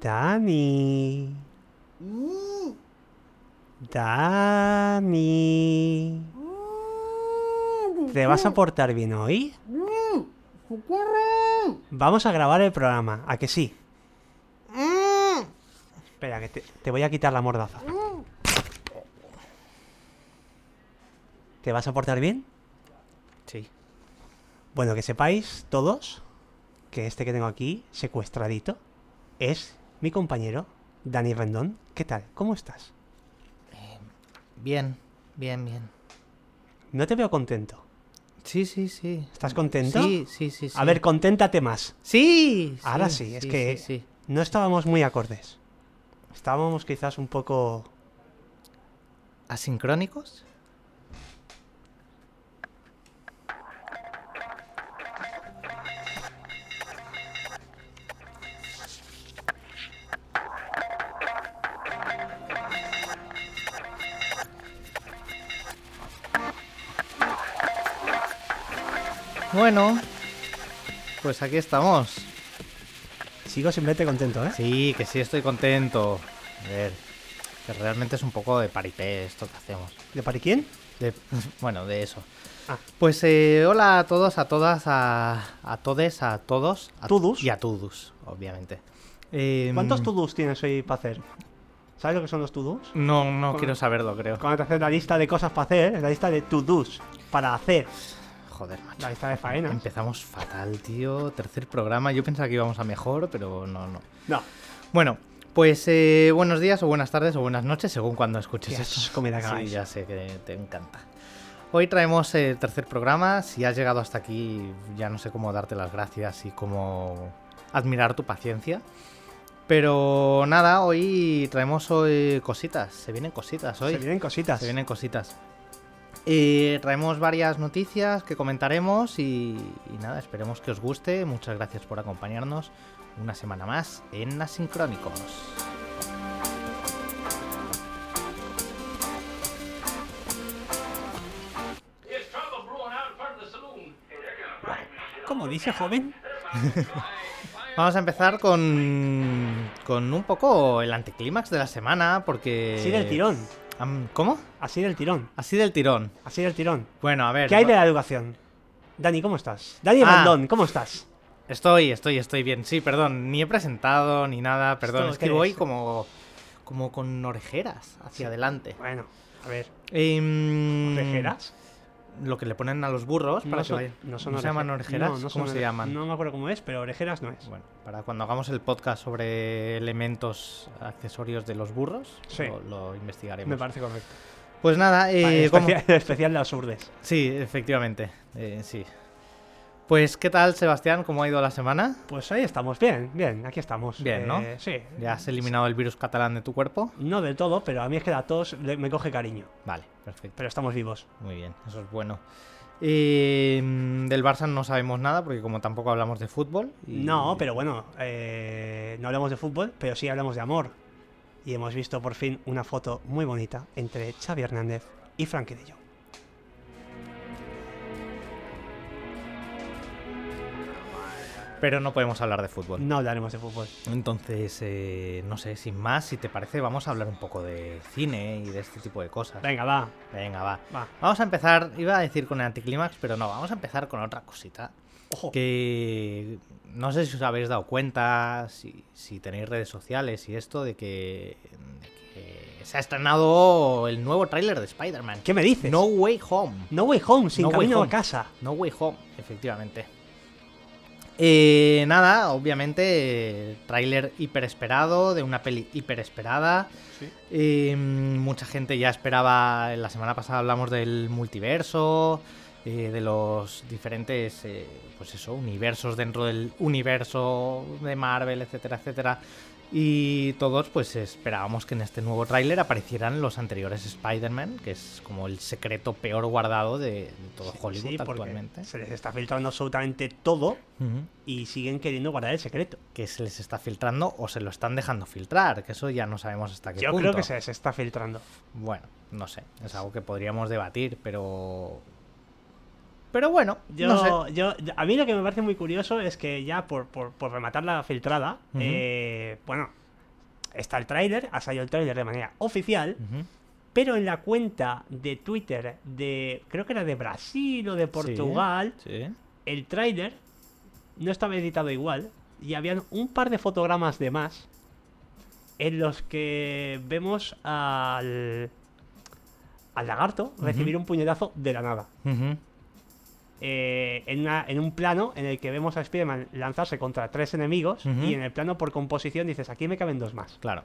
Dani. Dani. ¿Te vas a portar bien hoy? Vamos a grabar el programa, ¿a que sí? Espera, que te, te voy a quitar la mordaza. ¿Te vas a portar bien? Sí. Bueno, que sepáis todos que este que tengo aquí, secuestradito, es mi compañero, Dani Rendón. ¿Qué tal? ¿Cómo estás? Bien, bien, bien. No te veo contento. Sí, sí, sí. ¿Estás contento? Sí, sí, sí. sí. A ver, conténtate más. Sí. Ahora sí, es que- sí, sí. No estábamos muy acordes. Estábamos quizás un poco... ¿Asincrónicos? Bueno, pues aquí estamos. Sigo simplemente contento, ¿eh? Sí, que sí estoy contento. A ver, que realmente es un poco de paripé esto que hacemos. ¿De para quién? De- bueno, de eso. Ah. Pues eh, hola a todos, a todas, a, a todes, a todos. A Tudus. Y a Tudus, obviamente. Eh, ¿Cuántos to-dos tienes hoy para hacer? ¿Sabes lo que son los to-dos? No, no Con- quiero saberlo, creo. Cuando te haces la lista de cosas para hacer, es la lista de to-dos para hacer, Joder, macho. la lista de faenas. Empezamos fatal, tío. Tercer programa. Yo pensaba que íbamos a mejor, pero no, no. No, Bueno, pues eh, buenos días o buenas tardes o buenas noches, según cuando escuches Qué esto. asco me da que sí, hagáis. ya sé que te encanta. Hoy traemos el tercer programa. Si has llegado hasta aquí, ya no sé cómo darte las gracias y cómo admirar tu paciencia. Pero nada, hoy traemos hoy cositas. Se vienen cositas hoy. se vienen cositas. Se vienen cositas. Eh, traemos varias noticias que comentaremos y, y nada, esperemos que os guste. Muchas gracias por acompañarnos una semana más en Asincrónicos. ¿Cómo dice, joven? Vamos a empezar con, con un poco el anticlímax de la semana porque... Así del tirón, Am- ¿Cómo? así del tirón, Así del tirón. así del tirón. Bueno, a ver. ¿Qué hay va- de la educación? Dani, ¿cómo estás? Dani Ah. Rendón, ¿cómo estás? Estoy, estoy, estoy bien. Sí, perdón, ni he presentado ni nada, perdón. Esto, es que ¿qué voy es? como, como con orejeras hacia Sí. adelante. Bueno, a ver, Em, ¿orejeras? Lo que le ponen a los burros para no que son, vaya- no son se llaman orejeras? No, no son ¿Cómo se ore- llaman? No me acuerdo cómo es, pero orejeras no es. Bueno, para cuando hagamos el podcast sobre elementos accesorios de los burros, Sí. lo, lo investigaremos. me parece correcto. Pues nada, eh, Vale, ¿cómo- especial, especial de las urdes. sí, efectivamente, eh, sí. Pues, ¿qué tal, Sebastián? ¿Cómo ha ido la semana? Pues ahí estamos, bien, bien, aquí estamos. Eh, Bien, ¿no? Sí. ¿Ya has eliminado el virus catalán de tu cuerpo? No del todo, pero a mí es que la tos le- me coge cariño. Vale, perfecto. Pero estamos vivos. Muy bien, eso es bueno. Eh, mm, del Barça no sabemos nada porque como tampoco hablamos de fútbol. y- No, pero bueno, eh, no hablamos de fútbol, pero sí hablamos de amor. Y hemos visto por fin una foto muy bonita entre Xavi Hernández y Frankie de Jong. pero no podemos hablar de fútbol. No hablaremos de fútbol. Entonces, eh, no sé, sin más, si te parece, vamos a hablar un poco de cine y de este tipo de cosas. Venga, va, Venga, va. va. Vamos a empezar, iba a decir con el anticlímax, pero no, vamos a empezar con otra cosita. Ojo. Que no sé si os habéis dado cuenta, si, si tenéis redes sociales y esto, de que, de que se ha estrenado el nuevo tráiler de Spider-Man. ¿Qué me dices? No Way Home. No Way Home, sin No Way camino Home. a casa. No Way Home, efectivamente. Eh, nada, obviamente, eh, tráiler hiperesperado, de una peli hiperesperada. Eh, mucha gente ya esperaba, la semana pasada hablamos del multiverso, eh, de los diferentes, eh, pues eso, universos dentro del universo de Marvel, etcétera, etcétera. Y todos pues esperábamos que en este nuevo tráiler aparecieran los anteriores Spider-Man, que es como el secreto peor guardado de, de todo Sí, Hollywood sí, porque actualmente. Se les está filtrando absolutamente todo Ujú. y siguen queriendo guardar el secreto. Que se les está filtrando o se lo están dejando filtrar, que eso ya no sabemos hasta qué Yo punto. creo que se les está filtrando. Bueno, no sé, es algo que podríamos debatir, pero... Pero bueno, Yo, no sé. yo, a mí lo que me parece muy curioso es que ya por, por, por rematar la filtrada, Ujú. eh, bueno, está el tráiler, ha salido el tráiler de manera oficial, Ujú. pero en la cuenta de Twitter de, creo que era de Brasil o de Portugal, Sí. el tráiler no estaba editado igual y habían un par de fotogramas de más en los que vemos al, al lagarto recibir un puñetazo de la nada. Ujú. eh, en, una- en un plano en el que vemos a Spider-Man lanzarse contra tres enemigos Ujú. y en el plano por composición dices, aquí me caben dos más. Claro.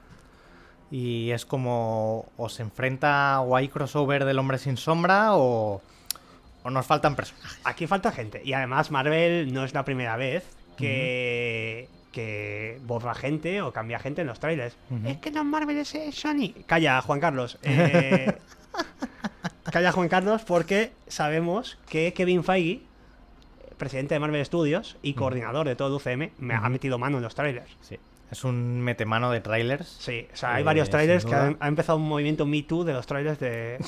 Y es como o se enfrenta o hay crossover del hombre sin sombra o, o nos faltan personajes. Aquí falta gente. Y además Marvel no es la primera vez que, que borra gente o cambia gente en los trailers. Ujú. Es que no es Marvel, es eh, Sony. Calla, Juan Carlos. eh, calla, Juan Carlos, porque sabemos que Kevin Feige, presidente de Marvel Studios y coordinador de todo el UCM, me ha Ujú. metido mano en los trailers. Sí. Es un metemano de trailers. Sí, o sea, hay Eh, varios sin trailers que duda. han- ha empezado un movimiento Me Too de los trailers de...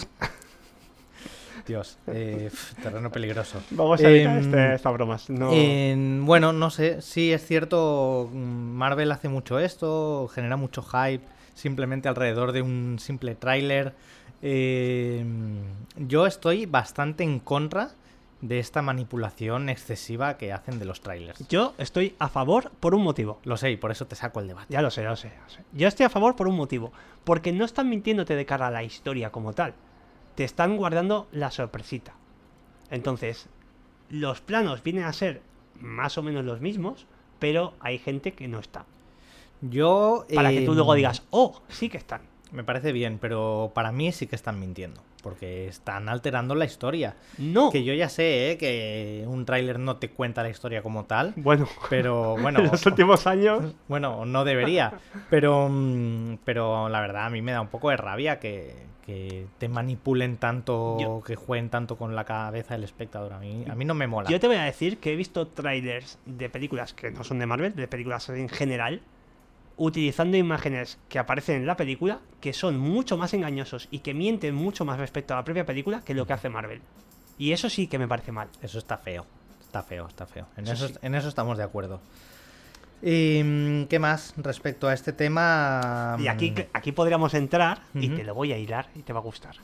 Dios, eh, pf, terreno peligroso. Vamos a evitar Em, este- estas bromas. No... En- bueno, no sé, sí es cierto, mm, Marvel hace mucho esto, genera mucho hype simplemente alrededor de un simple tráiler. Eh, yo estoy bastante en contra de esta manipulación excesiva que hacen de los trailers. Yo estoy a favor por un motivo. Lo sé y por eso te saco el debate. Ya lo sé, ya lo sé, ya lo sé. Yo estoy a favor por un motivo. Porque no están mintiéndote de cara a la historia como tal. Te están guardando la sorpresita. Entonces, los planos vienen a ser más o menos los mismos, pero hay gente que no está. Yo... Para que tú luego em, digas, oh, sí que están. Me parece bien, pero para mí sí que están mintiendo, porque están alterando la historia. No. Que yo ya sé ¿eh? que un tráiler no te cuenta la historia como tal, Bueno, pero bueno... en los últimos años... Bueno, no debería, pero, mm, pero la verdad a mí me da un poco de rabia que, que te manipulen tanto, Yo- que jueguen tanto con la cabeza del espectador. A mí, a mí no me mola. Yo te voy a decir que he visto trailers de películas que no son de Marvel, de películas en general, utilizando imágenes que aparecen en la película, que son mucho más engañosos y que mienten mucho más respecto a la propia película que lo que hace Marvel. Y eso sí que me parece mal. Eso está feo, está feo, está feo. En Eso eso, sí. en eso estamos de acuerdo. Y, mm, ¿Qué más respecto a este tema? Y aquí, mm, aquí podríamos entrar, y Ujú. te lo voy a hilar y te va a gustar.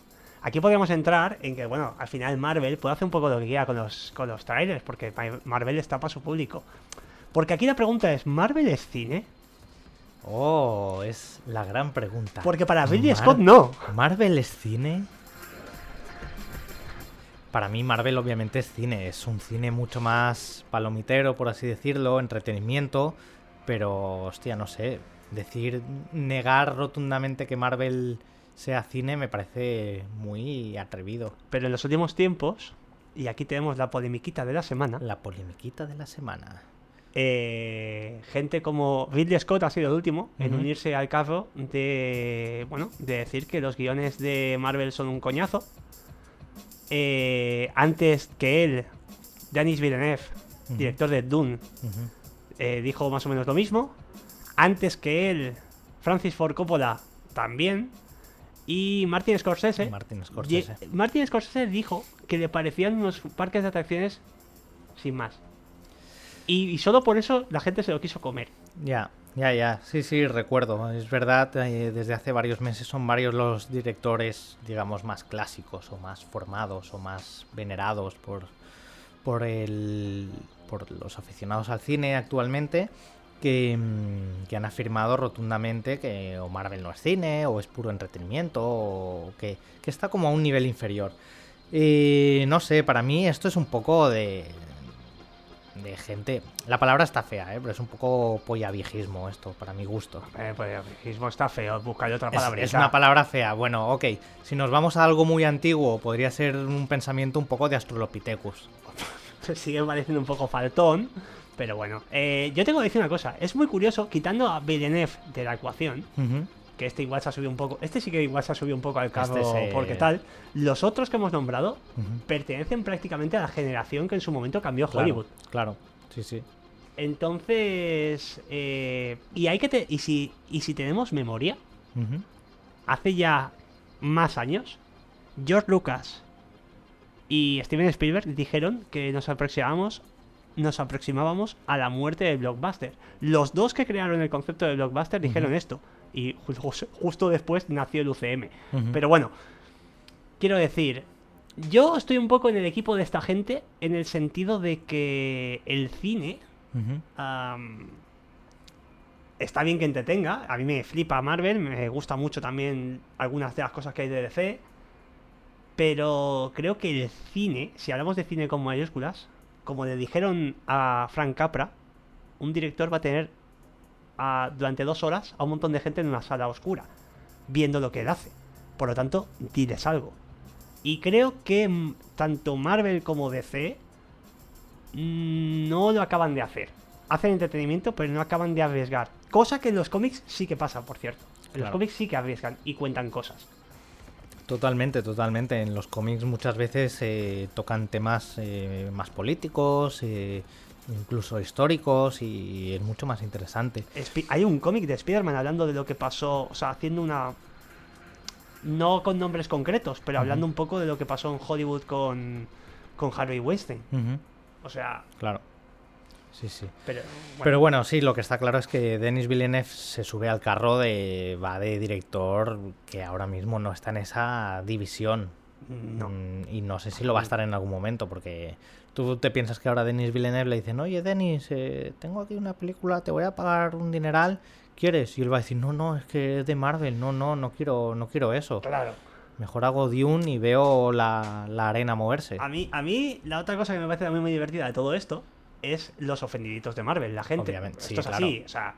Aquí podríamos entrar en que, bueno, al final Marvel puede hacer un poco lo que quiera con los, con los trailers, porque Ma- Marvel está para su público. Porque aquí la pregunta es, ¿Marvel es cine? Oh, es la gran pregunta. Porque para Billy Mar- Scott no. ¿Marvel es cine? Para mí Marvel obviamente es cine, es un cine mucho más palomitero, por así decirlo, entretenimiento, pero hostia, no sé, decir, negar rotundamente que Marvel sea cine me parece muy atrevido. Pero en los últimos tiempos, y aquí tenemos la polemiquita de la semana, La polemiquita de la semana. eh, gente como Ridley Scott ha sido el último en Ujú. unirse al carro de, bueno, de decir que los guiones de Marvel son un coñazo. Eh, antes que él, Denis Villeneuve, Ujú. director de Dune, Ujú. eh, dijo más o menos lo mismo. Antes que él, Francis Ford Coppola también. Y Martin Scorsese. Martin Ye- Scorsese. Martin Scorsese dijo que le parecían unos parques de atracciones sin más. Y, y solo por eso la gente se lo quiso comer. Ya, ya, ya. Sí, sí, recuerdo. Es verdad, eh, desde hace varios meses son varios los directores, digamos, más clásicos o más formados o más venerados por, por, el, por los aficionados al cine actualmente que, mm, que han afirmado rotundamente que o Marvel no es cine o es puro entretenimiento o que, que está como a un nivel inferior. Eh, no sé, para mí esto es un poco de... De gente. La palabra está fea, ¿eh? pero es un poco pollavijismo esto, para mi gusto. Eh, pues el fijismo está feo, buscarle otra Es, palabra. es una palabra fea. Bueno, ok. Si nos vamos a algo muy antiguo, podría ser un pensamiento un poco de Australopithecus. Sigue pareciendo un poco faltón, pero bueno. Eh, yo tengo que decir una cosa. Es muy curioso, quitando a Villeneuve de la ecuación, Ujú. que este igual se ha subido un poco, este sí que igual se ha subido un poco al carro se- porque tal, los otros que hemos nombrado Ujú. pertenecen prácticamente a la generación que en su momento cambió Claro, Hollywood. Claro, sí, sí. Entonces, eh, y hay que te- y si y si tenemos memoria, Ujú. hace ya más años, George Lucas y Steven Spielberg dijeron que nos aproximábamos nos aproximábamos a la muerte del blockbuster. Los dos que crearon el concepto de blockbuster dijeron Ujú. esto. y ju- ju- justo después nació el UCM. Ujú. Pero bueno, quiero decir, yo estoy un poco en el equipo de esta gente en el sentido de que el cine Ujú. am, está bien que entretenga. A mí me flipa Marvel, me gusta mucho también algunas de las cosas que hay de DC. Pero creo que el cine, si hablamos de cine con mayúsculas, como le dijeron a Frank Capra, un director va a tener a- durante dos horas a un montón de gente en una sala oscura, viendo lo que él hace. Por lo tanto, diles algo. Y creo que mm, tanto Marvel como DC mm, no lo acaban de hacer. Hacen entretenimiento, pero no acaban de arriesgar. Cosa que en los cómics sí que pasa, por cierto. En los Claro. cómics sí que arriesgan y cuentan cosas. Totalmente, totalmente. En los cómics muchas veces eh, tocan temas eh, más políticos, eh, incluso históricos, y es mucho más interesante. Spi- Hay un cómic de Spider-Man hablando de lo que pasó, o sea, haciendo una... No con nombres concretos, pero Ujú. hablando un poco de lo que pasó en Hollywood con, con Harvey Weinstein. Ujú, O sea, Claro. Sí, sí. pero... Pero bueno, sí, lo que está claro es que Denis Villeneuve se sube al carro de. va de director que ahora mismo no está en esa división. No. Mm, Y no sé si lo va a estar en algún momento, porque tú te piensas que ahora Denis Villeneuve le dicen, oye Denis, eh, tengo aquí una película, te voy a pagar un dineral, ¿quieres? Y él va a decir, no, no, es que es de Marvel, no, no, no quiero, no quiero eso. Claro. Mejor hago Dune y veo la, la arena moverse. A mí, a mí, la otra cosa que me parece también muy divertida de todo esto es los ofendiditos de Marvel, la gente. Obviamente, sí, esto es así, o sea,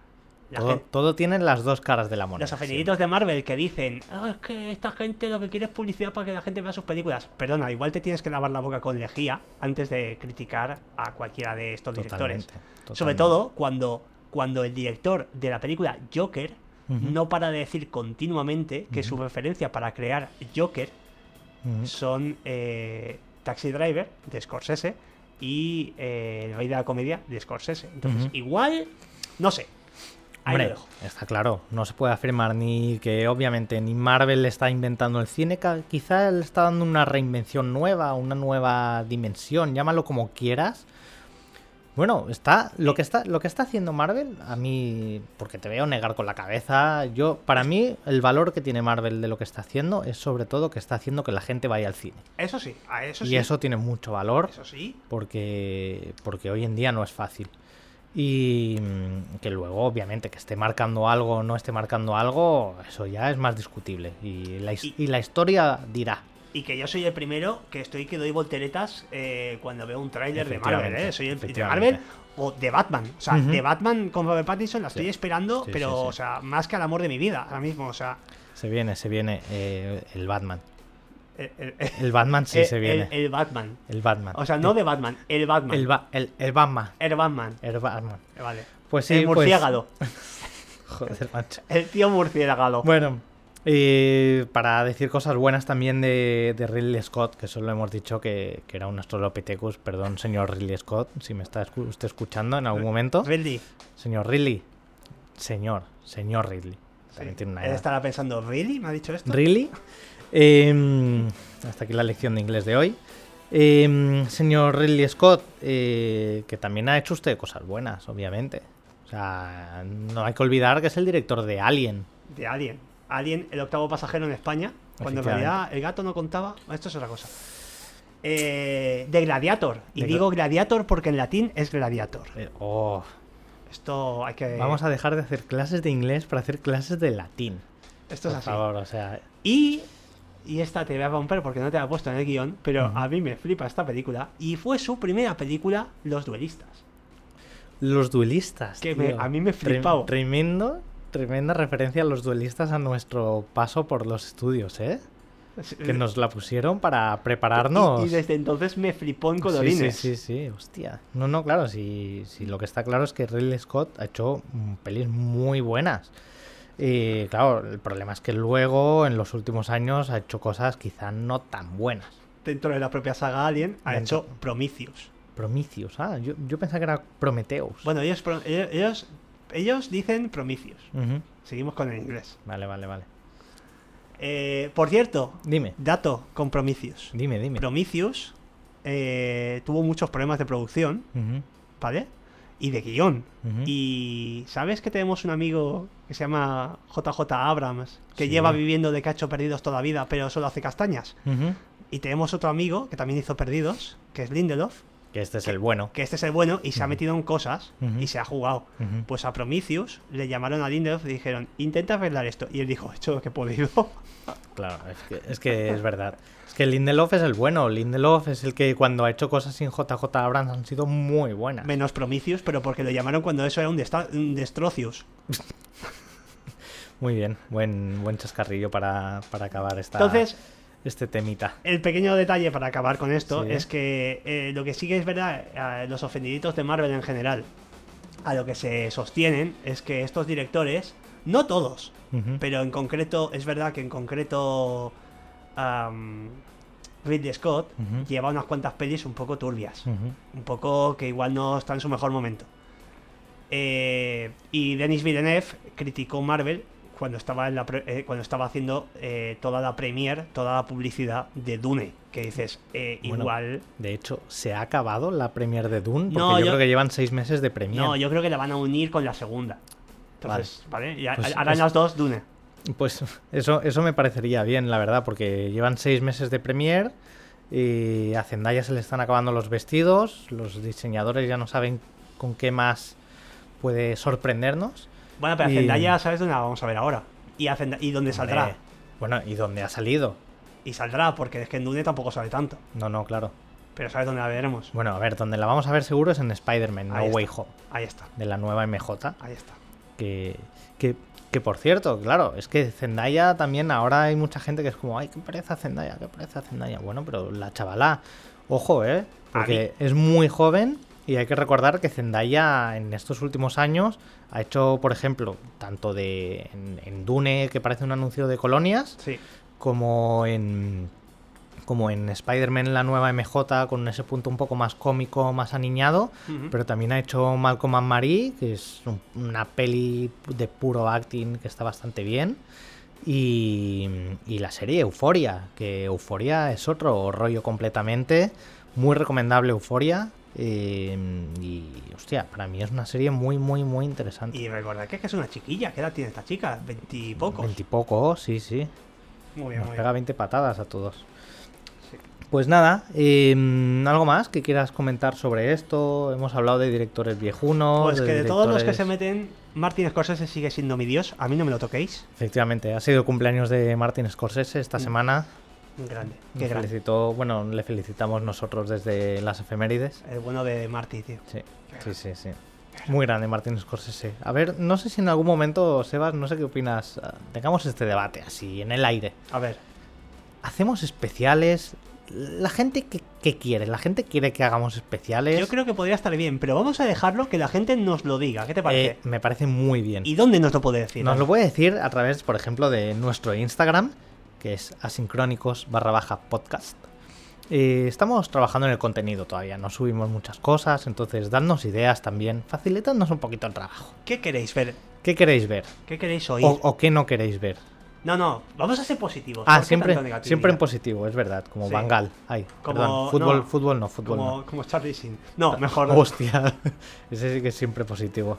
la Todo, gente- todo tiene las dos caras de la moneda. los ofendiditos de Marvel que dicen, "Ah, es que esta gente lo que quiere es publicidad para que la gente vea sus películas. Perdona, igual te tienes que lavar la boca con lejía antes de criticar a cualquiera de estos siempre. directores. Totalmente, Sobre todo cuando, cuando el director de la película Joker Ujú. no para de decir continuamente que su referencia para crear Joker totalmente. Ujú. son eh, Taxi Driver de Scorsese y eh, El Rey de la Comedia de Scorsese. Entonces, Ujú. igual, no sé. Ahí lo Hombre, dejo. está claro, no se puede afirmar ni que obviamente ni Marvel está inventando el cine, ca- quizá le está dando una reinvención nueva, una nueva dimensión, llámalo como quieras. Bueno, está lo que está lo que está haciendo Marvel, a mí porque te veo negar con la cabeza, yo para mí el valor que tiene Marvel de lo que está haciendo es sobre todo que está haciendo que la gente vaya al cine. Eso sí, a eso y sí. eso tiene mucho valor eso sí. porque, porque hoy en día no es fácil. Y mm, que luego, obviamente, que esté marcando algo o no esté marcando algo, eso ya es más discutible. Y la, his- Y- y la historia dirá. Y que yo soy el primero que estoy que doy volteretas eh, cuando veo un tráiler de Marvel, Efectivamente, ¿eh? Soy el de efectivamente. Marvel o de Batman. O sea, Ujú. de Batman con Robert Pattinson la estoy esperando, Sí, pero, sí, sí. o sea, más que al amor de mi vida ahora mismo. O sea, Se viene, se viene eh, el Batman. el, el- el- El Batman sí el- se viene. El, Eh, el Batman. Batman. O sea, no de Batman, el Batman. el, ba- el, el Batman. el Batman. El Batman. Vale. Pues sí, el pues- murciélago. Joder, macho. El tío murciélago. Bueno, y para decir cosas buenas también de, de Ridley Scott, que solo hemos dicho que, que era un Australopithecus, perdón, señor Ridley Scott, si me está escu- usted escuchando en algún momento. Ridley. Señor Ridley, señor, señor Ridley. También tiene una Él edad. estará pensando, ¿Ridley me ha dicho esto? Really? Em, hasta aquí la lección de inglés de hoy. Em, señor Ridley Scott, eh, que también ha hecho usted cosas buenas, obviamente. O sea, no hay que olvidar que es el director de Alien. De Alien. Alien, el octavo pasajero en España. Cuando en Efectivamente. realidad el gato no contaba. Bueno, Esto es otra cosa. Eh, de Gladiator. Y De gla- digo Gladiator porque en latín es Gladiator. Eh, oh, Esto hay que. Vamos a dejar de hacer clases de inglés para hacer clases de latín. Esto es por así. favor, o sea, Y. Y esta te voy a romper porque no te la he puesto en el guión. Pero Ujú. a mí me flipa esta película. Y fue su primera película, Los Duelistas. los duelistas. Que me- tío. a mí me Tre- flipao. Tremendo, tremenda referencia a los duelistas a nuestro paso por los estudios, ¿eh? Que nos la pusieron para prepararnos. Y, y desde entonces me flipó en Sí, colorines. Sí, sí, sí, hostia. No, no, claro, si, si lo que está claro es que Ridley Scott ha hecho mm, pelis muy buenas. Y claro, el problema es que luego, en los últimos años, ha hecho cosas quizá no tan buenas. dentro de la propia saga Alien, ha Dentro. hecho Prometheus. Prometheus, ah, yo, yo pensaba que era Prometheus. Bueno, ellos, pro- ellos, ellos- ellos dicen Prometheus. Ujú, Seguimos con el inglés. Vale, vale, vale. Eh, por cierto, Dime, dato con Prometheus. dime, dime. Prometheus eh, tuvo muchos problemas de producción, Ujú, ¿vale? y de guión. Ujú. Y sabes que tenemos un amigo que se llama JJ Abrams, que Sí. lleva viviendo de cacho perdidos toda la vida, pero solo hace castañas. Ujú. Y tenemos otro amigo que también hizo perdidos, que es Lindelof, Que este es el bueno. que este es el bueno y se ha Ujú. metido en cosas Ujú. y se ha jugado. Ujú. Pues a Prometheus le llamaron a Lindelof y dijeron, intenta arreglar esto. Y él dijo, he hecho lo que he podido. Claro, es que, es que es verdad. Es que Lindelof es el bueno. Lindelof es el que cuando ha hecho cosas sin JJ Abrams han sido muy buenas. Menos Prometheus, pero porque lo llamaron cuando eso era un, desta- un destrocius. Muy bien, buen, buen chascarrillo para, para acabar esta, Entonces, este temita. El pequeño detalle para acabar con esto Sí. es que eh, lo que sí que es verdad, eh, los ofendiditos de Marvel en general, a lo que se sostienen es que estos directores, no todos, Ujú. pero en concreto, es verdad que en concreto am, Ridley Scott Ujú. lleva unas cuantas pelis un poco turbias, Ujú. un poco que igual no está en su mejor momento. Eh, y Denis Villeneuve criticó Marvel cuando estaba, en la pre- eh, cuando estaba haciendo eh, toda la premiere, toda la publicidad de Dune, que dices, eh, Bueno, igual... De hecho, ¿se ha acabado la premier de Dune? Porque No, yo, yo- creo que llevan seis meses de premier. No, yo creo que la van a unir con la segunda. Entonces, ¿vale? Ya Pues- harán pues- las dos Dune. Pues eso, eso me parecería bien, la verdad, porque llevan seis meses de premier y a Zendaya se le están acabando los vestidos, los diseñadores ya no saben con qué más puede sorprendernos. Bueno, pero a Y- Zendaya, ¿sabes dónde la vamos a ver ahora? Y, a Zenda- y dónde saldrá. Hombre, Bueno, ¿y dónde ha salido? Y saldrá, porque es que en Dune tampoco sale tanto. No, no, claro. Pero ¿sabes dónde la veremos? Bueno, a ver, donde la vamos a ver seguro es en Spider-Man, No Ahí está. Way Home, Ahí está, de la nueva MJ. ahí está. Que, que, que, por cierto, claro, es que Zendaya también, ahora hay mucha gente que es como, ay, qué pereza Zendaya, qué pereza Zendaya. Bueno, pero la chavala, ojo, ¿eh? Porque es muy joven y hay que recordar que Zendaya en estos últimos años ha hecho, por ejemplo, tanto de en, en Dune, que parece un anuncio de colonias, Sí. como en como en Spider-Man la nueva MJ con ese punto un poco más cómico, más aniñado, Ujú. pero también ha hecho Malcolm and Marie, que es un- una peli de puro acting que está bastante bien. Y, y la serie Euforia, que Euforia es otro rollo completamente, muy recomendable Euforia. y hostia, para mí es una serie muy, muy, muy interesante. Y recordad que es que es una chiquilla, ¿qué edad tiene esta chica? Veintipocos. Veintipoco, sí, sí. Muy bien, Nos muy pega bien. 20 patadas a todos. Sí. Pues nada, eh, ¿algo más que quieras comentar sobre esto? Hemos hablado de directores viejunos. Pues que de todos los que directores- se meten, Martin Scorsese sigue siendo mi dios. A mí no me lo toquéis. Efectivamente, ha sido cumpleaños de Martin Scorsese esta Mm. semana. Grande, qué Le grande. felicitó, bueno, le felicitamos nosotros desde las efemérides. El bueno de Marty, tío. Sí, sí, sí, sí. Muy grande Martin Scorsese. A ver, no sé si en algún momento, Sebas, no sé qué opinas. ah, Tengamos este debate así, en el aire. A ver, Hacemos especiales. La gente que, que quiere, la gente quiere que hagamos especiales. yo creo que podría estar bien, pero vamos a dejarlo que la gente nos lo diga. ¿Qué te parece? Eh, me parece muy bien. ¿Y dónde nos lo puede decir? Nos lo puede decir a través, por ejemplo, de nuestro Instagram, que es asincrónicos barra baja podcast. Eh, estamos trabajando en el contenido todavía, no subimos muchas cosas, entonces dadnos ideas también, facilitadnos un poquito el trabajo. ¿Qué queréis ver? ¿Qué queréis ver? ¿Qué queréis oír? O, o qué no queréis ver? No, no, vamos a ser positivos. ¿Por Ah, qué tanta siempre, negatividad? siempre en positivo, es verdad, como Sí. Bangal. Ay, Como- perdón, fútbol, no. fútbol no, fútbol no. Como, como Charlie Sin. No, mejor no. Ah, Hostia, ese sí que es siempre positivo.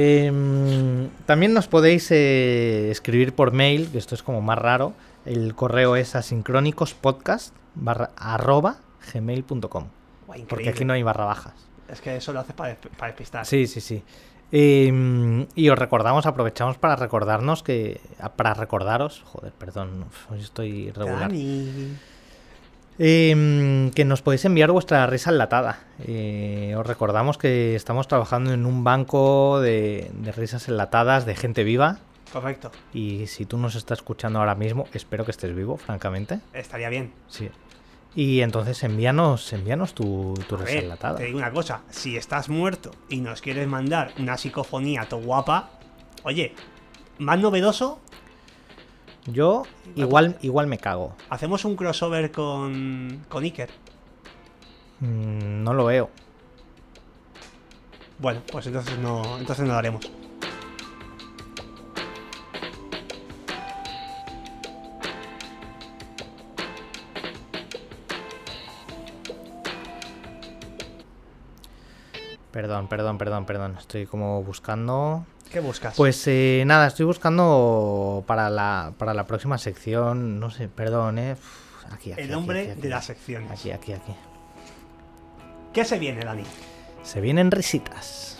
Em, también nos podéis eh, escribir por mail, que esto es como más raro. El correo es asincrónicospodcast barra- arroba gmail.com. Guau, Porque increíble. aquí no hay barra bajas. Ah, Es que eso lo haces para, desp- para despistar. Sí, sí, sí. Em, y os recordamos, aprovechamos para recordarnos que. a- Para recordaros. Joder, perdón, uf, hoy estoy regular. Dani. Em, que nos podéis enviar vuestra risa enlatada. Eh, os recordamos que estamos trabajando en un banco de, de risas enlatadas de gente viva. Correcto. Y si tú nos estás escuchando ahora mismo, espero que estés vivo, francamente. Estaría bien. Sí. Y entonces envíanos, envíanos tu, tu A ver, risa Pues enlatada. te digo una cosa, si estás muerto y nos quieres mandar una psicofonía to guapa, oye, más novedoso, Yo igual, igual me cago. hacemos un crossover con, con Iker. Mm, no lo veo. Bueno, pues entonces no, entonces no lo haremos. Perdón, perdón, perdón, perdón. Estoy como buscando. ¿Qué buscas? Pues eh, nada, estoy buscando para la, para la próxima sección. No sé, perdón, eh. Uf, Aquí, aquí, el aquí, nombre aquí, aquí, de las secciones. Aquí, aquí, aquí. ¿Qué se viene, Dani? Se vienen risitas.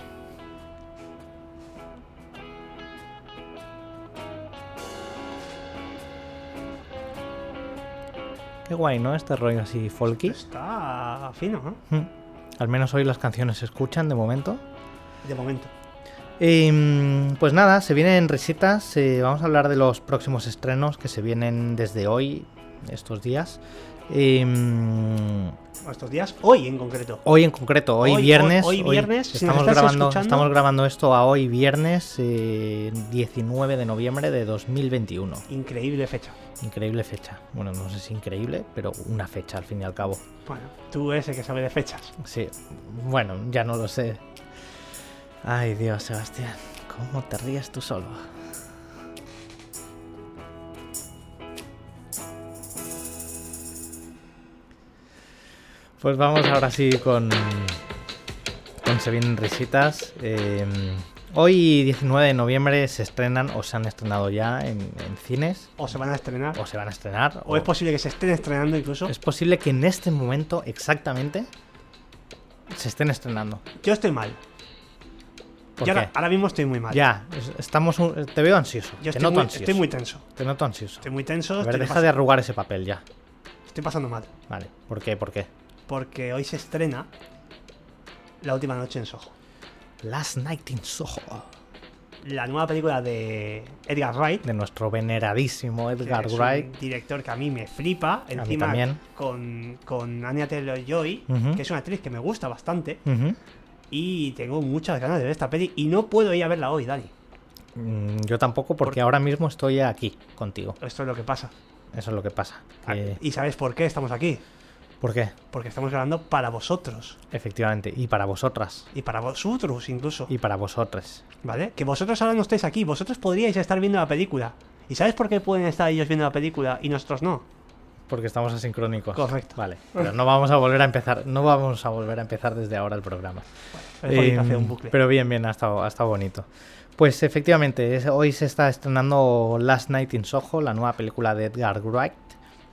Qué guay, ¿no? Este rollo así folky. Este Está fino, ¿no? Mm. Al menos hoy las canciones se escuchan de momento. De momento. Y, mm, pues nada, se vienen risitas. eh, vamos a hablar de los próximos estrenos que se vienen desde hoy, estos días. Y, mm, Estos días, hoy en concreto. hoy en concreto, hoy, Hoy- hoy- viernes. hoy viernes, si nos estamos, estás grabando, escuchando- estamos grabando esto a hoy viernes eh, 19 de noviembre de 2021. Increíble fecha. Increíble fecha. Bueno, no sé si increíble, pero una fecha al fin y al cabo. Bueno, tú ese que sabe de fechas. Sí, bueno, ya no lo sé. Ay, Dios, Sebastián, ¿cómo te ríes tú solo? Pues vamos ahora sí con. con Se vienen risitas. Eh, hoy, 19 de noviembre, se estrenan o se han estrenado ya en, en cines, O se van a estrenar. o se van a estrenar. O es posible que se estén estrenando incluso. Es posible que en este momento exactamente se estén estrenando. Yo estoy mal. ¿Por Yo qué? ahora, ahora mismo estoy muy mal. Ya, es- estamos. un- Te veo ansioso. Yo te estoy noto muy, ansioso. estoy muy tenso. Te noto ansioso. Estoy muy tenso. A ver, estoy, deja pas- de arrugar ese papel ya. estoy pasando mal. Vale. ¿Por qué? ¿Por qué? Porque hoy se estrena La última noche en Soho. Last Night in Soho. La nueva película de Edgar Wright. De nuestro veneradísimo que Edgar es un Wright. director que a mí me flipa. mí Encima también. con, con Anya Taylor Joy, Ujú. que es una actriz que me gusta bastante. Ujú. Y tengo muchas ganas de ver esta peli. Y no puedo ir a verla hoy, Dani. Mm, Yo tampoco, porque ahora mismo estoy aquí contigo. Esto es lo que pasa. Eso es lo que pasa. que- Y sabes por qué estamos aquí. ¿Por qué? Porque estamos grabando para vosotros. Efectivamente. Y para vosotras. Y para vosotros incluso. Y para vosotras. ¿Vale? Que vosotros ahora no estáis aquí, vosotros podríais estar viendo la película. ¿Y sabes por qué pueden estar ellos viendo la película y nosotros no? Porque estamos asincrónicos. Correcto. Vale. Pero no vamos a volver a empezar. No vamos a volver a empezar desde ahora el programa. Es bonito Eh, hacer un bucle. Pero bien, bien, ha estado, ha estado bonito. Pues efectivamente, es- hoy se está estrenando Last Night in Soho, la nueva película de Edgar Wright.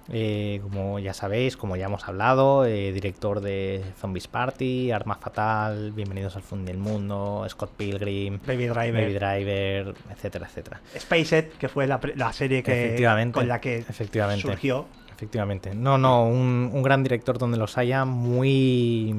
Eh, como ya sabéis, como ya hemos hablado, eh, director de Zombies Party, Arma Fatal, Bienvenidos al Fin del Mundo, Scott Pilgrim, Baby Driver. Baby Driver, etcétera, etcétera. Spaced, que fue la, pre- la serie que, Efectivamente, con la que efectivamente. surgió. Efectivamente. No, no, un, un gran director donde los haya, muy,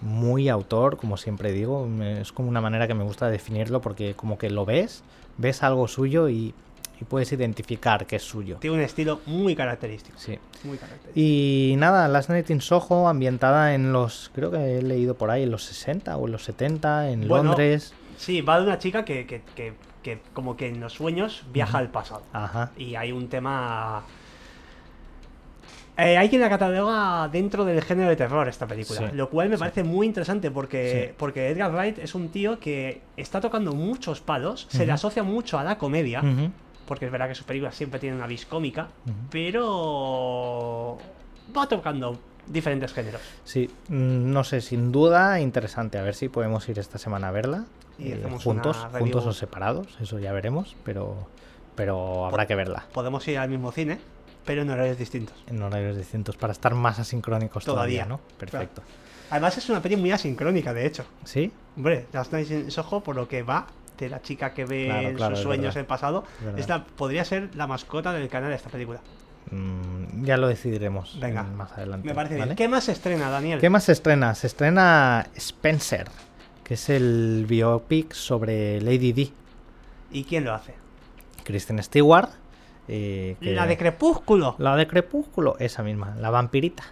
muy autor, como siempre digo. Me- Es como una manera que me gusta de definirlo porque como que lo ves, ves algo suyo y, y puedes identificar que es suyo. Tiene un estilo muy característico. Sí. Muy característico. Y nada, Last Night in Soho, ambientada en los, creo que he leído por ahí, en los 60 o en los 70, en Bueno. Londres. Sí, va de una chica que, que- que- que como que en los sueños viaja al pasado. Ajá. Y hay un tema... Eh, hay quien la cataloga dentro del género de terror esta película, Sí, lo cual me sí. parece muy interesante porque, Sí. porque Edgar Wright es un tío que está tocando muchos palos, se le Ujú. Mm. asocia mucho a la comedia, Ujú, porque es verdad que sus películas siempre tienen una vis cómica, ujú. pero va tocando diferentes géneros. Sí, mm, no sé, sin duda interesante. A ver si podemos ir esta semana a verla. eh, Y hacemos juntos, una review. juntos o separados, eso ya veremos, pero, pero habrá que verla Podemos ir al mismo cine, pero en horarios distintos. en horarios distintos para estar más asincrónicos todavía, Todavía, ¿no? Perfecto. Además es una peli muy asincrónica, de hecho. ¿Sí? Hombre, Last Night in Soho, por lo que va de la chica que ve Claro, en claro, sus es sueños verdad. el pasado, Es verdad. esta podría ser la mascota del canal de esta película. Mm, ya lo decidiremos Venga, en- más adelante. Me parece ¿vale? bien. ¿Qué más se estrena, Daniel? ¿Qué más se estrena? Se estrena Spencer, que es el biopic sobre Lady D. ¿Y quién lo hace? Kristen Stewart. eh, que- La de Crepúsculo. La de Crepúsculo, esa misma, la vampirita,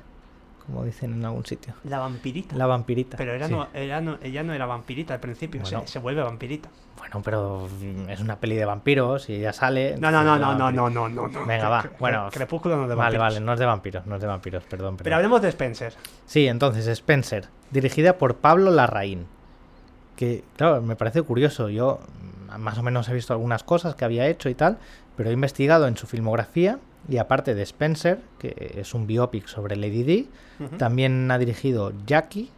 como dicen en algún sitio. La vampirita. La vampirita. Pero era sí. no, era no- ella no era vampirita al principio, se- Bueno. se, vuelve vampirita. Bueno, pero mm, es una peli de vampiros y ella sale. No, no, no, entonces no, la no, vampiri- no, no, no, no. Venga, Cre- va, cre- bueno. Crepúsculo no es de Vale, vampiros. vale, no es de vampiros, no es de vampiros, perdón. Pero perdón. hablemos de Spencer. Sí, entonces, Spencer, dirigida por Pablo Larraín. Que, claro, me parece curioso. Yo mm, más o menos he visto algunas cosas que había hecho y tal, pero he investigado en su filmografía. Y aparte de Spencer, que es un biopic sobre Lady Di, Ujú. también ha dirigido Jackie,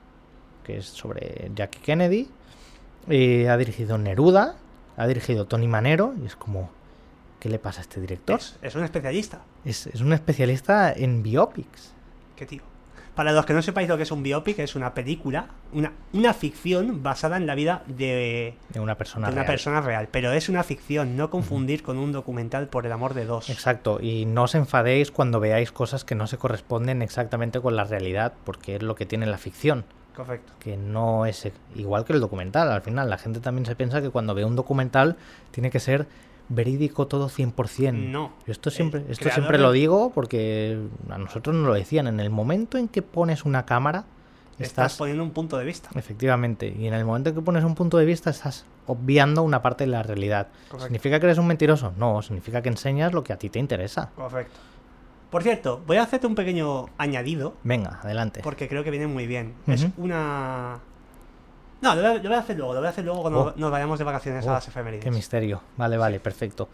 que es sobre Jackie Kennedy. Eh, ha dirigido Neruda, ha dirigido Tony Manero, y es como, ¿qué le pasa a este director? Es, es un especialista. Es, es un especialista en biopics. Qué tío. Para los que no sepáis lo que es un biopic, es una película, una, una ficción basada en la vida de, De una persona. de una real. persona real. Pero es una ficción, no confundir con un documental por el amor de dos. Exacto, y no os enfadéis cuando veáis cosas que no se corresponden exactamente con la realidad, porque es lo que tiene la ficción, Correcto. que no es e- igual que el documental. Al final, la gente también se piensa que cuando ve un documental tiene que ser verídico todo 100%. No. Yo esto El siempre, esto Eh, creador siempre de- lo digo porque a nosotros nos lo decían, en el momento en que pones una cámara, Estás estás... poniendo un punto de vista. Efectivamente, y en el momento en que pones un punto de vista estás obviando una parte de la realidad. Correcto. ¿Significa que eres un mentiroso? No, significa que enseñas lo que a ti te interesa. Correcto. Por cierto, voy a hacerte un pequeño añadido, Venga, adelante. porque creo que viene muy bien. Es Eh. Ujú. una... No, lo voy, a, lo voy a hacer luego, lo voy a hacer luego cuando Oh. nos vayamos de vacaciones Oh, a las efemérides. Qué misterio. Vale, vale, perfecto.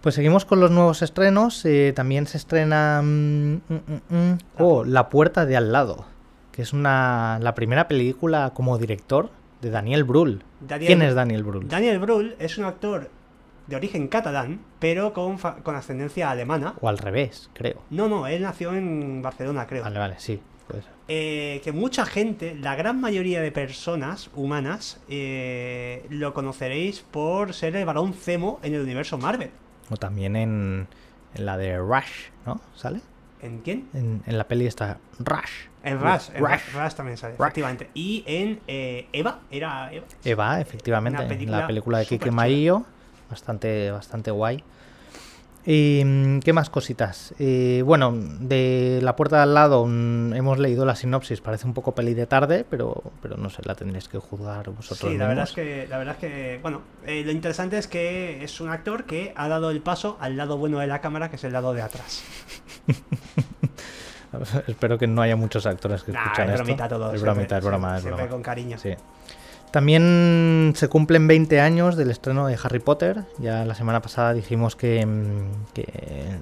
Pues seguimos con los nuevos estrenos. eh, también se estrena... mm, mm, mm, mm, oh, La puerta de al lado, que es una, la primera película como director de Daniel Brühl. Daniel- ¿Quién es Daniel Brühl? Daniel Brühl es un actor de origen catalán, pero con, fa- con ascendencia alemana. o al revés, creo. No, no, él nació en Barcelona, creo. Vale, vale, sí. puede ser. eh, que mucha gente, la gran mayoría de personas humanas, eh, lo conoceréis por ser el varón Zemo en el universo Marvel. O también en, en la de Rush, ¿no? ¿Sale? ¿En quién? En, en la peli está Rush. En Rush, en Rush. Rush, Rush también sale, Rush. efectivamente. Y en eh, Eva, era Eva. Eva, Eh, efectivamente, Una en la película película de Kike superchula. Maillo, bastante, bastante guay. ¿Y mm, qué más cositas? Eh, bueno, de La Puerta de al lado mm, hemos leído la sinopsis, parece un poco peli de tarde, pero, pero no sé, la tendréis que juzgar vosotros Sí, la verdad, mismos. es que, la verdad es que, bueno, eh, lo interesante es que es un actor que ha dado el paso al lado bueno de la cámara, que es el lado de atrás. Espero que no haya muchos actores que Nah, escuchan es esto. bromita todo. Es siempre- bromita, es broma, es siempre broma. con cariño. Sí. También se cumplen 20 años del estreno de Harry Potter. Ya la semana pasada dijimos que, mm, que,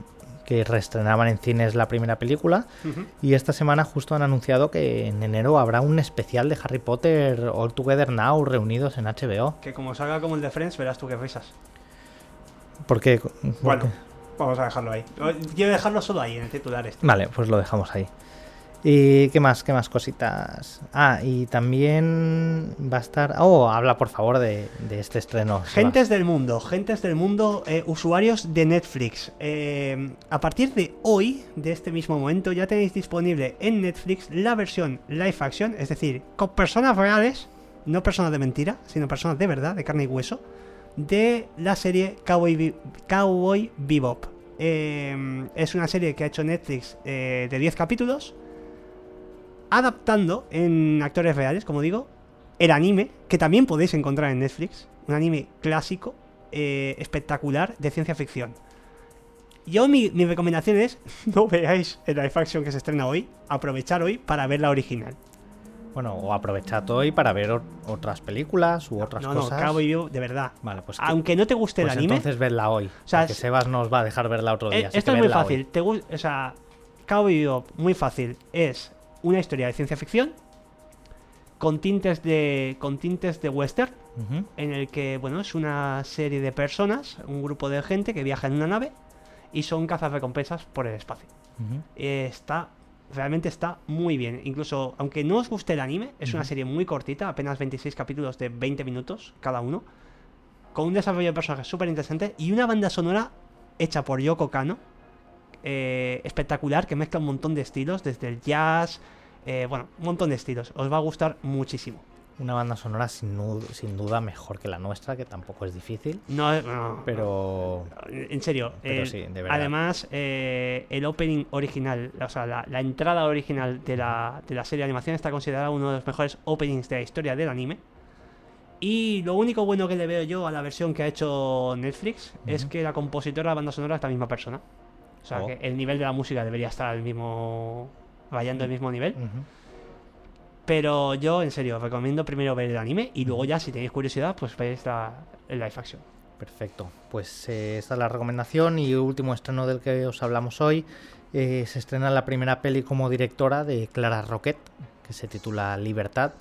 que reestrenaban en cines la primera película. Ujú. Y esta semana justo han anunciado que en enero habrá un especial de Harry Potter All Together Now reunidos en HBO. Que como salga como el de Friends, verás tú qué risas. Porque, Bueno, vamos a dejarlo ahí. Quiero dejarlo solo ahí, en el titular este. Vale, pues lo dejamos ahí. ¿Y qué más? ¿Qué más cositas? Ah, y también va a estar... Oh, habla por favor de, de este estreno. Sebas. Gentes del mundo, gentes del mundo, eh, usuarios de Netflix. eh, a partir de hoy, de este mismo momento, ya tenéis disponible en Netflix la versión live action, es decir, con personas reales, no personas de mentira, sino personas de verdad, de carne y hueso, de la serie Cowboy, Be- Cowboy Bebop. Eh, es una serie que ha hecho Netflix eh, de 10 capítulos, adaptando en actores reales, como digo, el anime, que también podéis encontrar en Netflix, un anime clásico, eh, espectacular, de ciencia ficción. Yo mi, mi recomendación es, no veáis el live action que se estrena hoy, aprovechar hoy para ver la original. Bueno, o aprovechad hoy para ver ot- otras películas u otras no, no, cosas. Cabo y yo, de verdad. Vale, pues, que- Aunque no te guste pues el anime, entonces verla hoy. O sea, sea, que es- Sebas nos va a dejar verla otro eh, día. así que esto es muy verla hoy. fácil. Te gu- o sea, Cowboy Bebop, muy fácil. Es una historia de ciencia ficción con tintes de con tintes de western, Ujú. en el que, bueno, es una serie de personas, un grupo de gente que viaja en una nave y son cazas recompensas por el espacio. Ujú. Eh, está, realmente está muy bien. Incluso, aunque no os guste el anime, es una Ujú. serie muy cortita, apenas 26 capítulos de 20 minutos cada uno, con un desarrollo de personajes súper interesante y una banda sonora hecha por Yoko Kano, eh, espectacular, que mezcla un montón de estilos, desde el jazz, eh, bueno, un montón de estilos. Os va a gustar muchísimo. Una banda sonora sin, nu- sin duda mejor que la nuestra, que tampoco es difícil, No, eh, no, pero... En serio, Pero eh, sí, de verdad. además eh, el opening original, o sea, la, la entrada original de la, de la serie de animación está considerada uno de los mejores openings de la historia del anime. Y lo único bueno que le veo yo a la versión que ha hecho Netflix es Ujú. que la compositora de la banda sonora es la misma persona. O sea, Oh. que el nivel de la música debería estar al mismo... rayando Mm. el mismo nivel. Ujú. Pero yo, en serio, os recomiendo primero ver el anime y luego ya, si tenéis curiosidad, pues veis la, el live action. Perfecto, pues eh, esta es la recomendación y último estreno del que os hablamos hoy. Eh, se estrena la primera peli como directora de Clara Roquet, que se titula Libertad.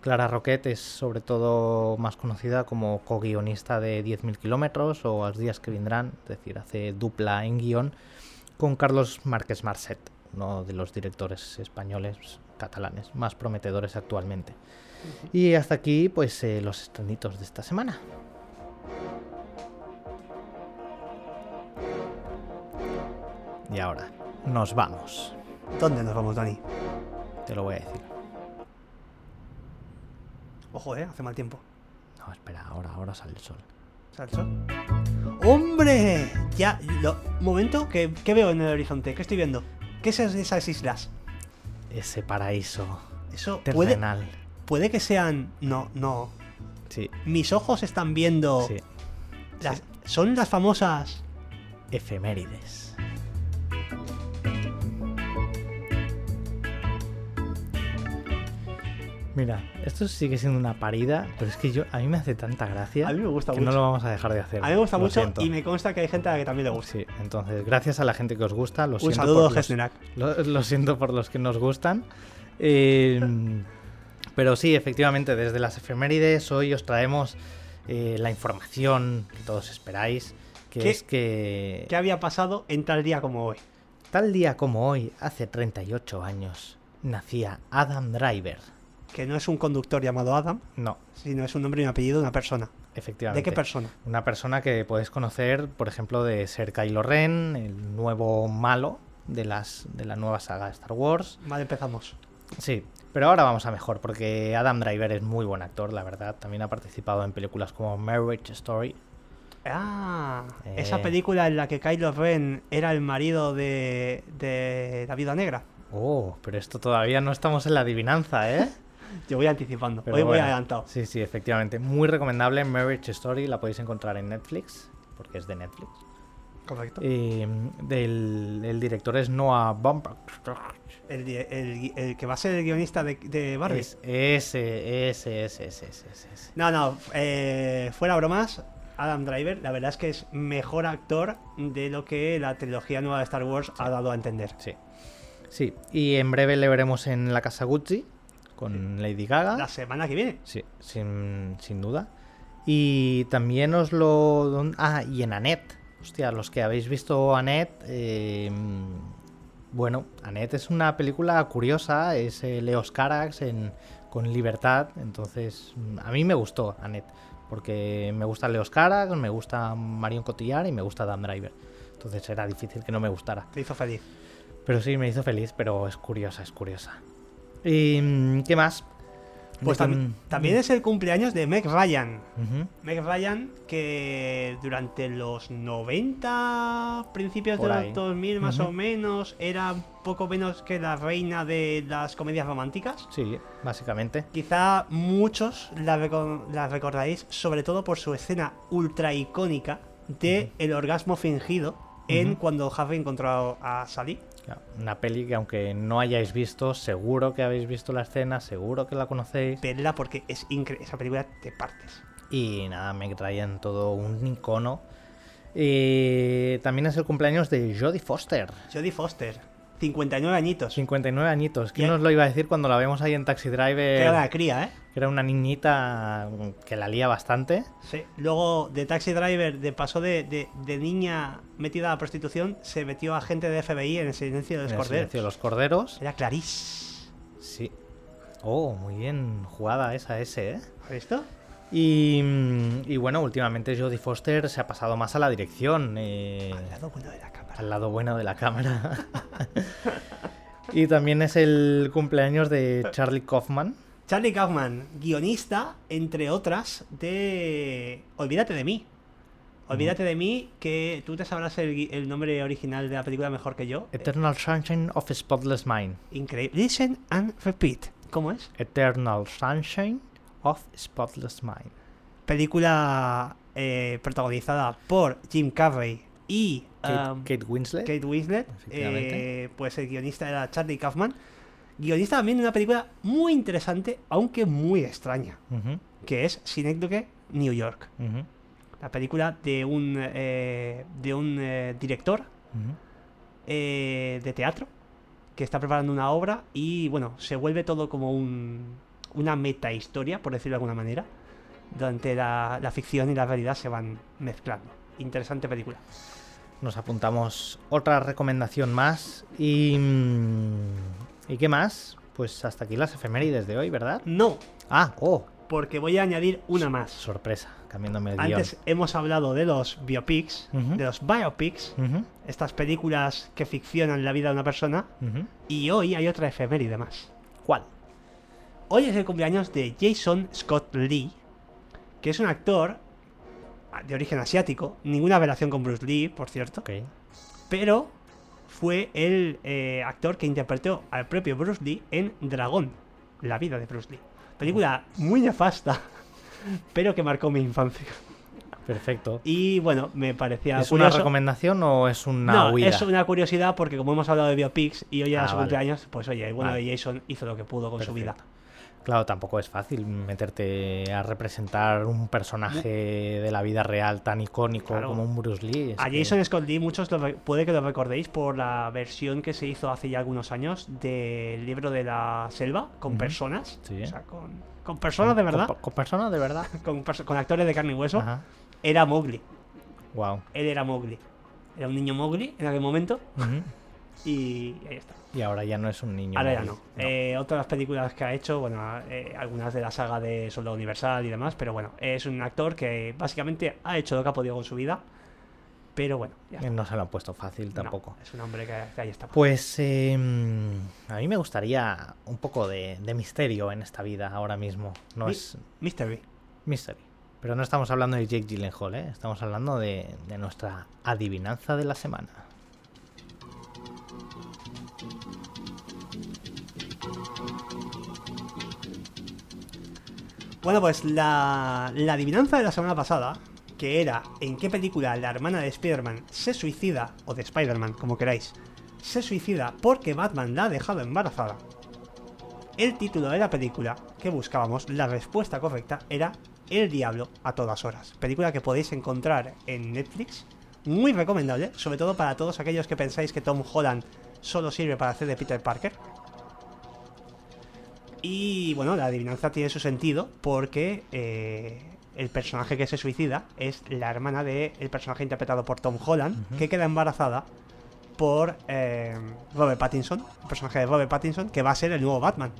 Clara Roquette es sobre todo más conocida como co-guionista de 10.000 kilómetros o Los días que vendrán, es decir, hace dupla en guión con Carlos Márquez Marcet, uno de los directores españoles catalanes más prometedores actualmente. Y hasta aquí pues eh, los estrenitos de esta semana. Y ahora, nos vamos. ¿Dónde nos vamos, Dani? Te lo voy a decir. Ojo, eh, hace mal tiempo. No, espera, ahora, ahora sale el sol. ¿Sale el sol? ¡Hombre! Ya, lo... momento, ¿qué, ¿qué veo en el horizonte? ¿Qué estoy viendo? ¿Qué es esas islas? Ese paraíso. Eso puede, Terrenal. puede que sean. No, no. Sí, Mis ojos están viendo. sí. las- Son las famosas. Efemérides. Mira, esto sigue siendo una parida, pero es que yo a mí me hace tanta gracia A mí me gusta que mucho. no lo vamos a dejar de hacer. A mí me gusta Lo mucho siento. y me consta que hay gente a la que también le gusta. Sí, entonces, gracias a la gente que os gusta. Lo Un siento saludo, por los- Gesnerak. lo, lo siento por los que nos gustan. Eh, pero sí, efectivamente, desde las efemérides hoy os traemos eh, la información que todos esperáis, que ¿Qué? es que ¿Qué había pasado en tal día como hoy? tal día como hoy, hace 38 años, nacía Adam Driver. Que no es un conductor llamado Adam, No, sino es un nombre y un apellido de una persona. efectivamente. ¿De qué persona? Una persona que puedes conocer, por ejemplo, de ser Kylo Ren, el nuevo malo de, las, de la nueva saga Star Wars. Vale, empezamos. Sí, pero ahora vamos a mejor, porque Adam Driver es muy buen actor, la verdad. También ha participado en películas como Marriage Story. Ah, Eh. esa película en la que Kylo Ren era el marido de, de la viuda negra. Oh, pero esto todavía no estamos en la adivinanza, ¿eh? Yo voy anticipando, Pero hoy voy bueno, adelantado. Sí, sí, efectivamente. Muy recomendable Marriage Story, la podéis encontrar en Netflix, porque es de Netflix. Correcto. Eh, del, el director es Noah Baumbach. El, di- el gui- el que va a ser el guionista de, de Barbie. Es ese, ese, ese, ese, ese, ese, ese. No, no, eh, fuera bromas, Adam Driver, la verdad es que es mejor actor de lo que la trilogía nueva de Star Wars ha dado a entender. Sí. Sí, y en breve le veremos en la casa Gucci con Lady Gaga. La semana que viene. Sí, sin, sin duda. Y también os lo... don- Ah, y en Anet. Hostia, los que habéis visto Anet... eh, bueno, Anet es una película curiosa, es eh, Leos Carax en- con libertad, entonces mm, a mí me gustó Anet, porque me gusta Leos Carax, me gusta Marion Cotillard y me gusta Dan Driver, entonces era difícil que no me gustara. Te hizo feliz. Pero sí, me hizo feliz, pero es curiosa, es curiosa. ¿Y mm, qué más? Pues De- Mm. tam- también es el cumpleaños de Meg Ryan. Ujú. Meg Ryan, que durante los 90, principios Por de ahí. los 2000 más Ujú. o menos, era un poco menos que la reina de las comedias románticas. Sí, básicamente. Quizá muchos la, reco- la recordaréis, sobre todo por su escena ultra icónica de el orgasmo fingido en Ujú. cuando Harry encontró a Sally. Claro, Una peli que aunque no hayáis visto, seguro que habéis visto la escena, seguro que la conocéis. Verla porque es increíble. Esa película te partes. Y nada, me traían todo un icono. Eh, también es el cumpleaños de Jodie Foster. Jodie Foster, 59 añitos. 59 añitos. ¿Quién Ya- nos lo iba a decir cuando la vemos ahí en Taxi Que era Driver? la cría, ¿eh? Que era una niñita que la lía bastante. Sí. Luego de Taxi Driver, de paso de, de- de niña metida a la prostitución, se metió a gente de FBI en el silencio de los en el corderos. silencio de los corderos. Era Clarice. Sí. Oh, muy bien jugada esa S, ¿eh? ¿Has visto? Y, mm, y bueno, últimamente Jodie Foster se ha pasado más a la dirección. eh, Al lado bueno de la cámara. al lado bueno de la cámara. y también es el cumpleaños de Charlie Kaufman. Charlie Kaufman, guionista, entre otras, de Olvídate de mí. Olvídate de mí, que tú te sabrás el, gui- el nombre original de la película mejor que yo. Eternal Sunshine of a Spotless Mind. Increíble. Listen and repeat. ¿Cómo es? Eternal Sunshine of Spotless Mind. Película eh, protagonizada por Jim Carrey y Kate, um, Kate Winslet. Kate Winslet. ¿Eh? Efectivamente. eh, pues el guionista era Charlie Kaufman. Guionista también de una película muy interesante, aunque muy extraña, Ujú, que es Synecdoche, New York. ujú, La película de un, eh, de un eh, director ujú. eh, de teatro que está preparando una obra y bueno, se vuelve todo como un, una metahistoria, por decirlo de alguna manera, donde la, la ficción y la realidad se van mezclando. Interesante película. Nos apuntamos otra recomendación más. ¿Y, mm, ¿y qué más? Pues hasta aquí las efemérides de hoy, ¿verdad? No, Ah, oh, porque voy a añadir una más. sorpresa, cambiándome el guión. Antes hemos hablado de los biopics, Ujú. de los biopics, Ujú, estas películas que ficcionan la vida de una persona, ujú. y hoy hay otra efeméride más. ¿Cuál? Hoy es el cumpleaños de Jason Scott Lee, que es un actor de origen asiático, ninguna relación con Bruce Lee, por cierto, Ok. pero fue el eh, actor que interpretó al propio Bruce Lee en Dragón, la vida de Bruce Lee. Película muy nefasta, pero que marcó mi infancia. Perfecto. Y bueno, me parecía ¿Es una curioso. recomendación o es una no, huida? es una curiosidad porque como hemos hablado de biopics y hoy Ah, era su vale. cumpleaños, pues oye, el bueno Vale. de Jason hizo lo que pudo con su vida. Perfecto. Claro, tampoco es fácil meterte a representar un personaje de la vida real tan icónico Claro. como un Bruce Lee. es A que- Jason Scott Lee, muchos lo re- puede que lo recordéis por la versión que se hizo hace ya algunos años del libro de la selva con Ujú. personas. Sí. O sea, con, con personas de verdad, Con, con personas de verdad. con, perso- con actores de carne y hueso. Ajá. Era Mowgli. Wow. Él era Mowgli. Era un niño Mowgli en aquel momento y ahí está. Y ahora ya no es un niño. Ahora ya Mowgli. no. Eh, otra de las películas que ha hecho, bueno, eh, algunas de la saga de Soldado Universal y demás, pero bueno, es un actor que básicamente ha hecho lo que ha podido con su vida. Pero bueno, ya está. Eh, no se lo han puesto fácil No, tampoco. es un hombre que, que ahí está. Pues eh, a mí me gustaría un poco de, de misterio en esta vida ahora mismo. No Mi- es Mystery. mystery. Pero no estamos hablando de Jake Gyllenhaal, ¿eh? estamos hablando de, de nuestra adivinanza de la semana. Bueno, pues la, la adivinanza de la semana pasada, que era en qué película la hermana de Spider-Man se suicida, o de Spider-Man, como queráis, se suicida porque Batman la ha dejado embarazada. El título de la película que buscábamos, la respuesta correcta, era El Diablo a todas horas. Película que podéis encontrar en Netflix, muy recomendable, sobre todo para todos aquellos que pensáis que Tom Holland solo sirve para hacer de Peter Parker. Y bueno, la adivinanza tiene su sentido porque eh, el personaje que se suicida es la hermana del personaje interpretado por Tom Holland, Ujú. que queda embarazada por eh, Robert Pattinson, el personaje de Robert Pattinson, que va a ser el nuevo Batman.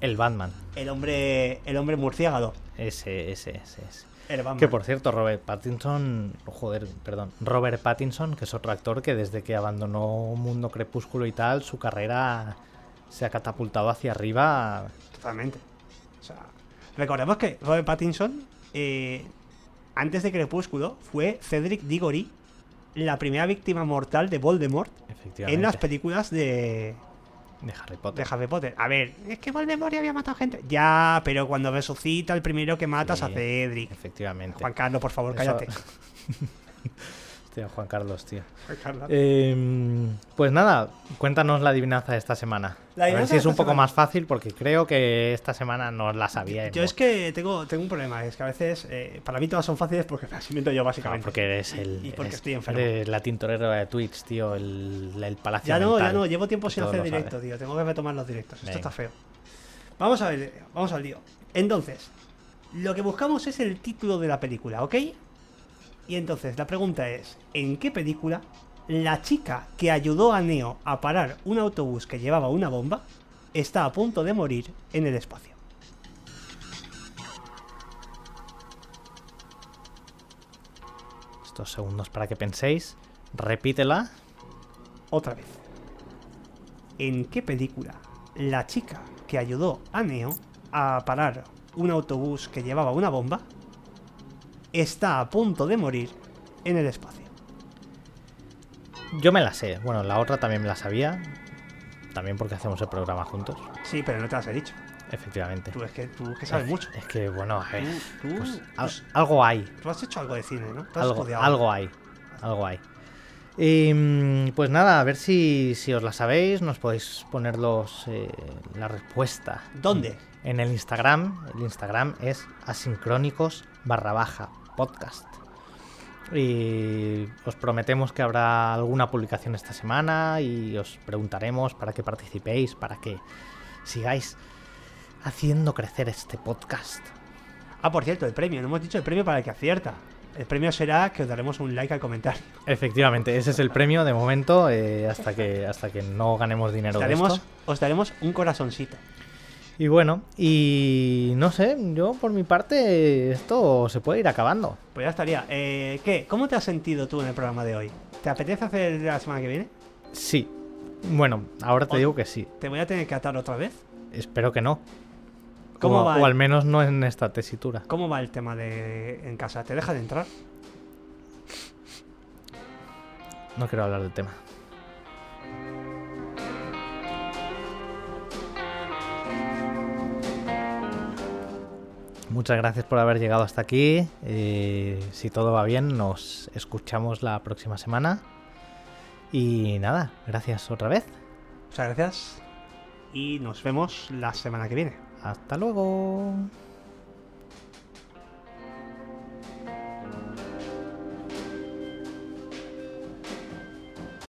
El Batman. El hombre, el hombre murciélago. Ese, ese, ese, ese. El Batman. Que por cierto, Robert Pattinson, joder, perdón, Robert Pattinson, que es otro actor que desde que abandonó Mundo Crepúsculo y tal, su carrera se ha catapultado hacia arriba. Totalmente. O sea, recordemos que Robert Pattinson, eh, antes de Crepúsculo, fue Cedric Diggory, la primera víctima mortal de Voldemort Efectivamente. en las películas de, de Harry Potter. de Harry Potter. A ver, es que Voldemort ya había matado gente. Ya, pero cuando resucita, el primero que matas Sí. a Cedric. Efectivamente. Juan Carlos, por favor, Eso- cállate. Hostia, Juan Carlos, tío. Juan Carlos. Eh, pues nada, cuéntanos la adivinanza de esta semana. La a ver adivinanza si de es un esta poco semana. más fácil porque creo que esta semana no la sabía. Yo es que tengo, tengo un problema, es que a veces eh, para mí todas son fáciles porque me las invento yo básicamente. porque eres el. Y porque eres- estoy enfermo. eres la tintorera de Twitch, tío. El, el palacio. Ya no, ya mental. no, llevo tiempo sin Todo hacer lo sabe. directo, tío. Tengo que retomar los directos. Venga. Esto está feo. Vamos a ver, vamos al lío. Entonces, lo que buscamos es el título de la película, ¿ok? Y entonces la pregunta es, ¿en qué película la chica que ayudó a Neo a parar un autobús que llevaba una bomba está a punto de morir en el espacio? Estos segundos para que penséis. Repítela. Otra vez. ¿En qué película la chica que ayudó a Neo a parar un autobús que llevaba una bomba está a punto de morir en el espacio? Yo me la sé. Bueno, la otra también me la sabía. También porque hacemos el programa juntos. Sí, pero no te las he dicho. Efectivamente. Tú es que, tú es que sabes mucho. Es que, bueno, Eh, a ver. Tú- tú- pues, tú- al- algo hay. Tú has hecho algo de cine, ¿no? Te has algo, codeado. algo hay, algo hay. Y, mm, pues nada, a ver si, si os la sabéis, nos podéis poner los, eh, la respuesta. ¿Dónde? En el Instagram, el Instagram es asincrónicos barra baja podcast. Y os prometemos que habrá alguna publicación esta semana y os preguntaremos para que participéis, para que sigáis haciendo crecer este podcast. Ah, por cierto, el premio. No hemos dicho el premio para el que acierta. El premio será que os daremos un like al comentario. Efectivamente, ese es el premio de momento eh, hasta, que, hasta que no ganemos dinero. Os de daremos, esto. os daremos un corazoncito. Y bueno, y no sé, yo por mi parte esto se puede ir acabando. Pues ya estaría. Eh, ¿Qué? ¿Cómo te has sentido tú en el programa de hoy? ¿Te apetece hacer la semana que viene? Sí. Bueno, ahora te Oye. digo que sí. ¿Te voy a tener que atar otra vez? Espero que no. ¿Cómo o, va o el- al menos no en esta tesitura. ¿Cómo va el tema de en casa? ¿Te deja de entrar? No quiero hablar del tema. Muchas gracias por haber llegado hasta aquí. Eh, si todo va bien, nos escuchamos la próxima semana. Y nada, gracias otra vez. Muchas gracias. Y nos vemos la semana que viene. Hasta luego.